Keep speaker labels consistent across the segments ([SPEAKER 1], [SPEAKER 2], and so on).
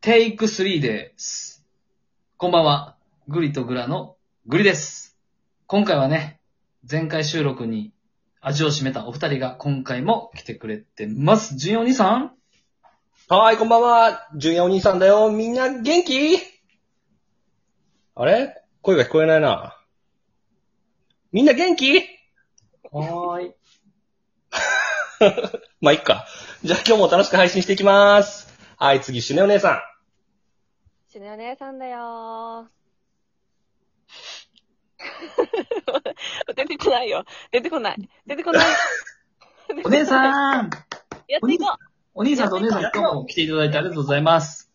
[SPEAKER 1] テイク3です。こんばんは。グリとグラのグリです。今回はね、前回収録に味を占めたお二人が今回も来てくれてます。純お兄さん
[SPEAKER 2] はーい、こんばんは。純也お兄さんだよ。みんな元気あれ声が聞こえないな。みんな元気
[SPEAKER 1] はーい。
[SPEAKER 2] まあ、いっか。じゃあ今日も楽しく配信していきます。はい、次、シュネお姉さん。
[SPEAKER 3] しねお姉さんだよー。出てこないよ。出てこない。出てこない。
[SPEAKER 1] お姉さん
[SPEAKER 3] やっていこ
[SPEAKER 1] お兄さんとお姉さん今日も来ていただいてありがとうございます。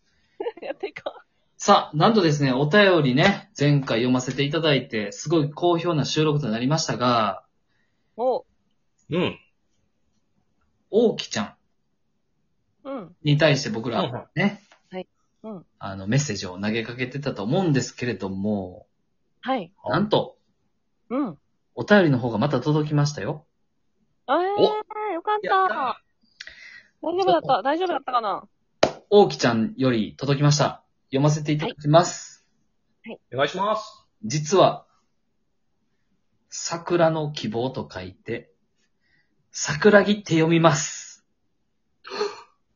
[SPEAKER 3] う。やっていこ
[SPEAKER 1] さあ、なんとですね、お便りね、前回読ませていただいて、すごい好評な収録となりましたが、
[SPEAKER 3] う。も
[SPEAKER 2] うん。
[SPEAKER 1] 大木ちゃん
[SPEAKER 3] う。うん。
[SPEAKER 1] に対して僕ら、ね、
[SPEAKER 3] はいうん
[SPEAKER 1] あの、メッセージを投げかけてたと思うんですけれども、
[SPEAKER 3] はい。
[SPEAKER 2] はい
[SPEAKER 1] なんと、
[SPEAKER 3] うん。
[SPEAKER 1] お便りの方がまた届きましたよ。
[SPEAKER 3] えー、よかっ。
[SPEAKER 2] やった
[SPEAKER 3] 大丈夫だった。大丈夫だったかな
[SPEAKER 1] 大木ちゃんより届きました。読ませていただきます。
[SPEAKER 2] お願いします。
[SPEAKER 1] 実は、桜の希望と書いて、桜木って読みます。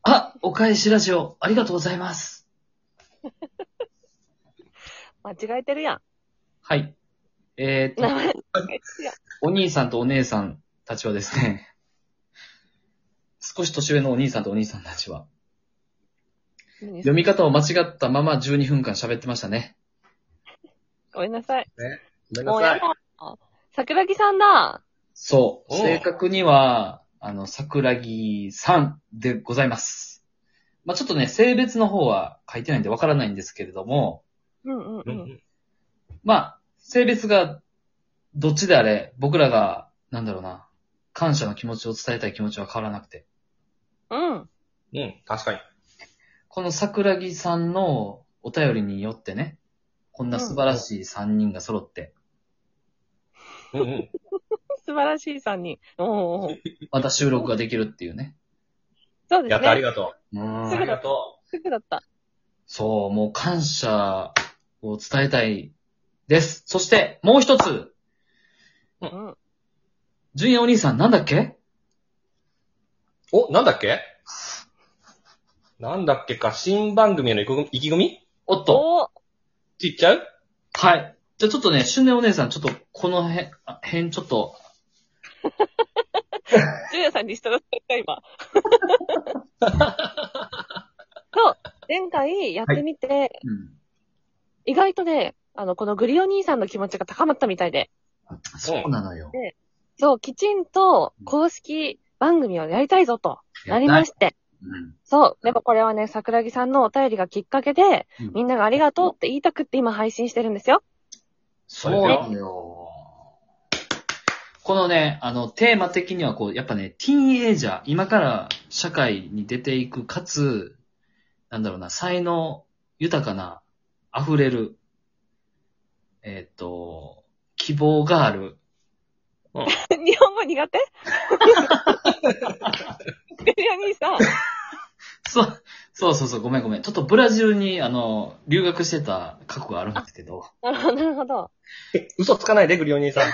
[SPEAKER 1] あ、お返しラジオ、ありがとうございます。
[SPEAKER 3] 間違えてるやん。
[SPEAKER 1] はい。えー、
[SPEAKER 3] 名
[SPEAKER 1] と、
[SPEAKER 3] 前間違えてるやん。
[SPEAKER 1] お兄さんとお姉さんたちはですね、 少し年上のお兄さんとお兄さんたちは、
[SPEAKER 3] 何
[SPEAKER 1] 読み方を間違ったまま12分間喋ってましたね。
[SPEAKER 3] ごめんなさい。
[SPEAKER 2] ごめん
[SPEAKER 3] も
[SPEAKER 2] な
[SPEAKER 3] うや
[SPEAKER 2] さ
[SPEAKER 3] だ
[SPEAKER 2] い。。
[SPEAKER 3] 桜木さんだ。
[SPEAKER 1] そう。
[SPEAKER 2] おう
[SPEAKER 1] 正確には、あの、桜木さんでございます。まあ、ちょっとね、性別の方は書いてないんでわからないんですけれども、
[SPEAKER 3] うんうん
[SPEAKER 2] う
[SPEAKER 3] うん。
[SPEAKER 2] うんん
[SPEAKER 1] まあ、性別がどっちであれ、僕らが、なんだろうな、感謝の気持ちを伝えたい気持ちは変わらなくて。
[SPEAKER 3] うん。
[SPEAKER 2] うん、確かに。
[SPEAKER 1] この桜木さんのお便りによってね、こんな素晴らしい3人が揃って、
[SPEAKER 2] うんうん。
[SPEAKER 3] 素晴らしいさんに。おー。
[SPEAKER 1] また収録ができるっていうね。
[SPEAKER 3] そうで
[SPEAKER 2] や
[SPEAKER 3] す
[SPEAKER 2] った、あり
[SPEAKER 3] ね。
[SPEAKER 2] がと
[SPEAKER 1] う
[SPEAKER 2] う。
[SPEAKER 1] ん
[SPEAKER 2] ありがと
[SPEAKER 3] すぐだった。
[SPEAKER 1] そう、もう感謝を伝えたいです。そして、もう一つ、
[SPEAKER 3] うん。
[SPEAKER 1] 純也お兄さんなんだっけ
[SPEAKER 2] う。お、なんだっけなんだっけか、新番組への意気込み意気込み
[SPEAKER 1] おっと。
[SPEAKER 3] おー。
[SPEAKER 2] ちっちゃう
[SPEAKER 1] はい。じゃあちょっとね、春年お姉さん、ちょっとこの辺、あ辺ちょっと、
[SPEAKER 3] ジュリアさんにしたらった、 今。そう、前回やってみて、
[SPEAKER 1] うん。
[SPEAKER 3] 意外とね、あの、このグリオ兄さんの気持ちが高まったみたいで、
[SPEAKER 1] そうなのよ。
[SPEAKER 3] そう、きちんと公式番組をやりたいぞとなりま
[SPEAKER 1] し
[SPEAKER 3] して、
[SPEAKER 1] うん。
[SPEAKER 3] そう、でもこれはね、桜木さんのお便りがきっかけで、
[SPEAKER 1] うん
[SPEAKER 3] みんながありがとうって言いたくって今配信してるんですよ。
[SPEAKER 1] そうなのよ。このね、あの、テーマ的にはこう、やっぱね、ティーンエイジャー、今から社会に出ていく、かつ、なんだろうな、才能豊かな、溢れる、えーっ、と、希望がある、
[SPEAKER 3] 日本語苦 手グリオ兄さん、
[SPEAKER 1] そう、そうそうそう、ごめんごめん。ちょっとブラジルに、あの、留学してた過去があるんですけど、
[SPEAKER 3] なるほど、なるほど。
[SPEAKER 2] え嘘つかないで、グリオ兄さん。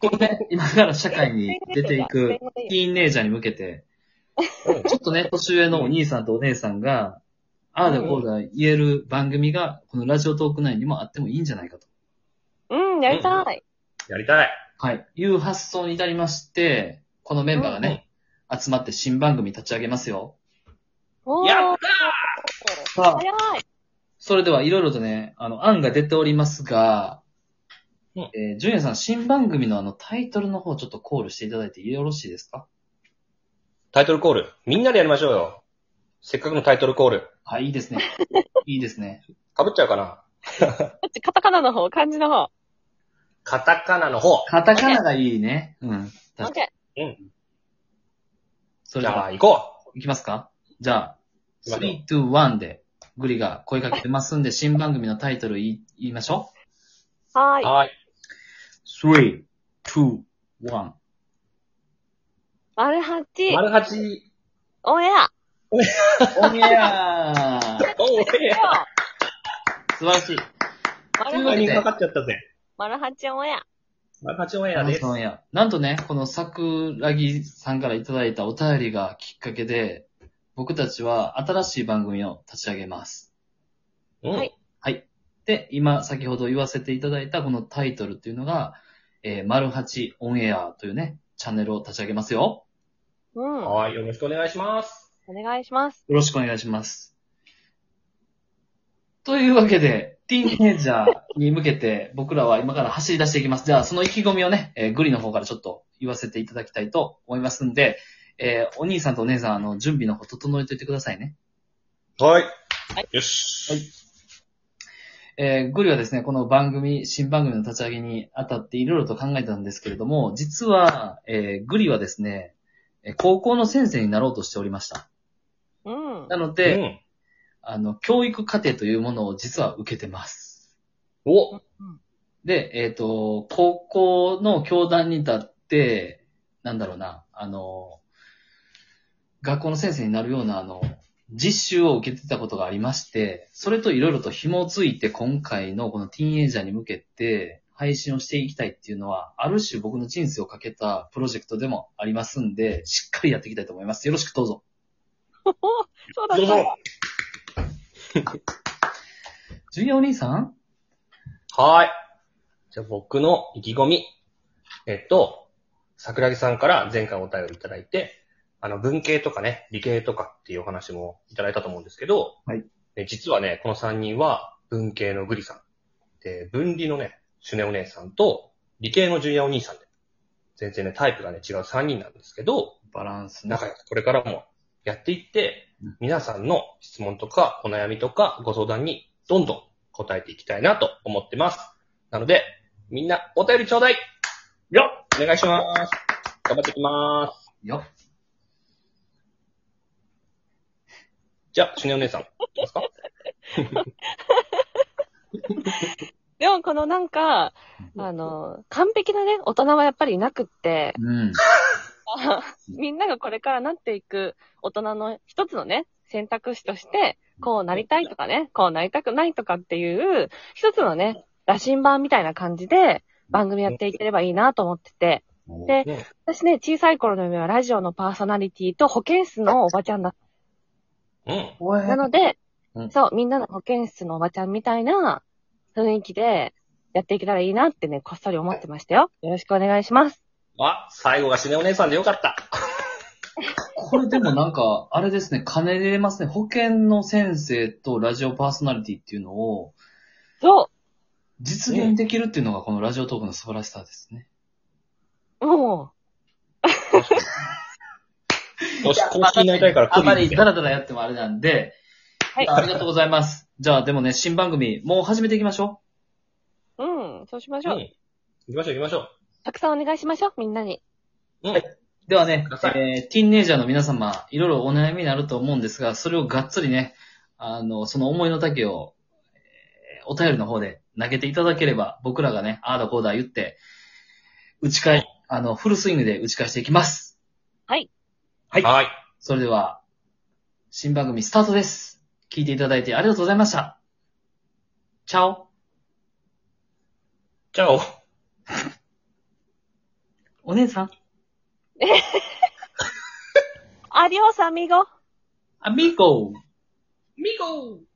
[SPEAKER 1] このね、今から社会に出ていく
[SPEAKER 3] スペイン、語でいい
[SPEAKER 1] ティーンエイジャーに向けて、
[SPEAKER 2] うん
[SPEAKER 1] ちょっとね、年上のお兄さんとお姉さんが、ああだこうだ言える番組が、このラジオトーク内にもあってもいいんじゃないかと。
[SPEAKER 3] うん、やりたい。
[SPEAKER 2] やりたい。
[SPEAKER 1] はい。いう発想に至りまして、このメンバーがね、集まって新番組立ち上げますよ。
[SPEAKER 3] おー
[SPEAKER 2] やっ
[SPEAKER 1] さあ、
[SPEAKER 3] 早い
[SPEAKER 1] それではいろいろとね、あの、案が出ておりますが、
[SPEAKER 2] うん
[SPEAKER 1] えー、ジュニアさん、新番組のあの、タイトルの方ちょっとコールしていただいてよろしいですか
[SPEAKER 2] タイトルコール。みんなでやりましょうよ。せっかくのタイトルコール。
[SPEAKER 1] はい、いいですね。いいですね。
[SPEAKER 2] かぶっちゃうかな
[SPEAKER 3] こっちカタカナの方、漢字の方。
[SPEAKER 2] カタカナの方。
[SPEAKER 1] カタカナがいいね。うん。
[SPEAKER 3] オ
[SPEAKER 1] 確
[SPEAKER 3] ッ
[SPEAKER 1] かに
[SPEAKER 3] ケー。
[SPEAKER 1] それ
[SPEAKER 2] じ
[SPEAKER 1] で
[SPEAKER 2] ゃ
[SPEAKER 1] は
[SPEAKER 2] あ、行こ
[SPEAKER 1] いきますかじゃあ、
[SPEAKER 2] 行きましょ
[SPEAKER 1] 3、2、1で、グリが声かけてますんで、新番組のタイトル言い言いましょ
[SPEAKER 3] はー
[SPEAKER 2] う。
[SPEAKER 3] い。
[SPEAKER 2] はーい。
[SPEAKER 1] う。3、2、1。
[SPEAKER 3] 丸八、
[SPEAKER 2] 丸八。
[SPEAKER 3] オンエア。
[SPEAKER 1] オンエア
[SPEAKER 2] 俺や。
[SPEAKER 1] 素晴らしい。
[SPEAKER 3] マ
[SPEAKER 1] という
[SPEAKER 3] ル
[SPEAKER 1] わ
[SPEAKER 3] ハ
[SPEAKER 1] けで
[SPEAKER 3] チ、
[SPEAKER 2] にかかっちゃったぜ。
[SPEAKER 3] マルハチオンや。
[SPEAKER 2] マカチオンエ
[SPEAKER 1] あ
[SPEAKER 2] ア
[SPEAKER 1] の
[SPEAKER 2] です
[SPEAKER 1] そ。のいやなんとね、この桜木さんからいただいたお便りがきっかけで、僕たちは新しい番組を立ち上げます。
[SPEAKER 2] うん
[SPEAKER 3] はい
[SPEAKER 1] はい。で、今、先ほど言わせていただいたこのタイトルっていうのが、えー、丸八オンエアというね、チャンネルを立ち上げますよ。
[SPEAKER 3] うん。お
[SPEAKER 2] はい、よろしくお願いします。
[SPEAKER 3] 願いします。
[SPEAKER 1] よろしくお願いします。というわけで、ティーンエイジャーに向けて 僕らは今から走り出していきます。じゃあ、その意気込みをね、えーグリの方からちょっと言わせていただきたいと思いますんで、えーお兄さんとお姉さん、あの、準備の方整えておいてくださいね。
[SPEAKER 2] はい
[SPEAKER 3] はい。
[SPEAKER 2] よし。
[SPEAKER 1] はいえーグリはですね、この番組、新番組の立ち上げにあたっていろいろと考えたんですけれども、実は、えーグリはですね、えー高校の先生になろうとしておりました。
[SPEAKER 3] うん。
[SPEAKER 1] なの
[SPEAKER 2] う
[SPEAKER 1] で、
[SPEAKER 2] ん。
[SPEAKER 1] あの、教育課程というものを実は受けてます。
[SPEAKER 2] お、
[SPEAKER 1] で、えっ、と、高校の教壇に立って、なんだろうな、あの、学校の先生になるような、あの、実習を受けてたことがありまして、それといろいろと紐ついて今回のこのティーンエイジャーに向けて配信をしていきたいっていうのは、ある種僕の人生をかけたプロジェクトでもありますんで、しっかりやっていきたいと思います。よろしくどうぞ。
[SPEAKER 3] そうだ
[SPEAKER 2] ど
[SPEAKER 3] っ
[SPEAKER 2] うぞ
[SPEAKER 3] た。
[SPEAKER 1] ジュニアお兄さん
[SPEAKER 2] はい。じゃあ僕の意気込み。えっと、桜木さんから前回お便りいただいて、あの、文系とかね、理系とかっていうお話もいただいたと思うんですけど、
[SPEAKER 1] はい
[SPEAKER 2] ね。実はね、この3人は文系のグリさん、で、文理のね、シュネお姉さんと、理系のジュニアお兄さんで、全然ね、タイプがね、違う3人なんですけど、
[SPEAKER 1] バランスね。
[SPEAKER 2] 仲良くこれからもやっていって、皆さんの質問とかお悩みとかご相談にどんどん答えていきたいなと思ってます。なので、みんなお便りちょうだいよっお願いします頑張ってきます
[SPEAKER 1] よっ。
[SPEAKER 2] じゃあ、シュネお姉さん、いきますか
[SPEAKER 3] でもこのなんか、あの、完璧なね、大人はやっぱりいなくって、
[SPEAKER 1] うん。
[SPEAKER 3] みんながこれからなっていく大人の一つのね、選択肢として、こうなりたいとかね、こうなりたくないとかっていう、一つのね、羅針盤みたいな感じで、番組やっていければいいなと思ってて、で
[SPEAKER 2] ね
[SPEAKER 3] 私ね、小さい頃の夢はラジオのパーソナリティと保健室のおばちゃんだっ
[SPEAKER 2] うん。
[SPEAKER 1] お
[SPEAKER 3] た。
[SPEAKER 1] い
[SPEAKER 3] なので
[SPEAKER 1] う、ん
[SPEAKER 3] そう、みんなの保健室のおばちゃんみたいな雰囲気でやっていけたらいいなってね、こっそり思ってましたよ。よろしくお願いします。
[SPEAKER 2] あ、最後がシュネお姉さんでよかった。
[SPEAKER 1] これでもなんか、あれですね、金入れますね。保険の先生とラジオパーソナリティっていうのを
[SPEAKER 3] そ
[SPEAKER 1] 実現できるっていうのがこのラジオトークの素晴らしさですね。
[SPEAKER 3] うも
[SPEAKER 2] よし、公式になりたいから
[SPEAKER 1] あんまり
[SPEAKER 2] て
[SPEAKER 1] ダラダラやってもあれなんで、
[SPEAKER 3] はい
[SPEAKER 1] ありがとうございます。じゃあでもね、新番組、もう始めていきましょ
[SPEAKER 3] う、うん、そうしまし
[SPEAKER 2] うん。
[SPEAKER 3] ょう。
[SPEAKER 2] 行きましょう行きましょ
[SPEAKER 3] たくさんお願いしましょう、みんなに。
[SPEAKER 2] う。うん。
[SPEAKER 1] う。ではね
[SPEAKER 2] くださ、い
[SPEAKER 1] えー、ティーンネイジャーの皆様、いろいろお悩みになると思うんですが、それをがっつりね、あの、その思いの丈を、えーお便りの方で投げていただければ、僕らがね、ああだこうだ言って、打ち返、あの、フルスイングで打ち返していきます。はい
[SPEAKER 2] はい。
[SPEAKER 1] それでは、新番組スタートです。聞いていただいてありがとうございました。チャオ。
[SPEAKER 2] じゃあ、お
[SPEAKER 1] お姉さん。
[SPEAKER 3] アディオス、アミーゴ
[SPEAKER 1] アミーゴ
[SPEAKER 2] ミゴー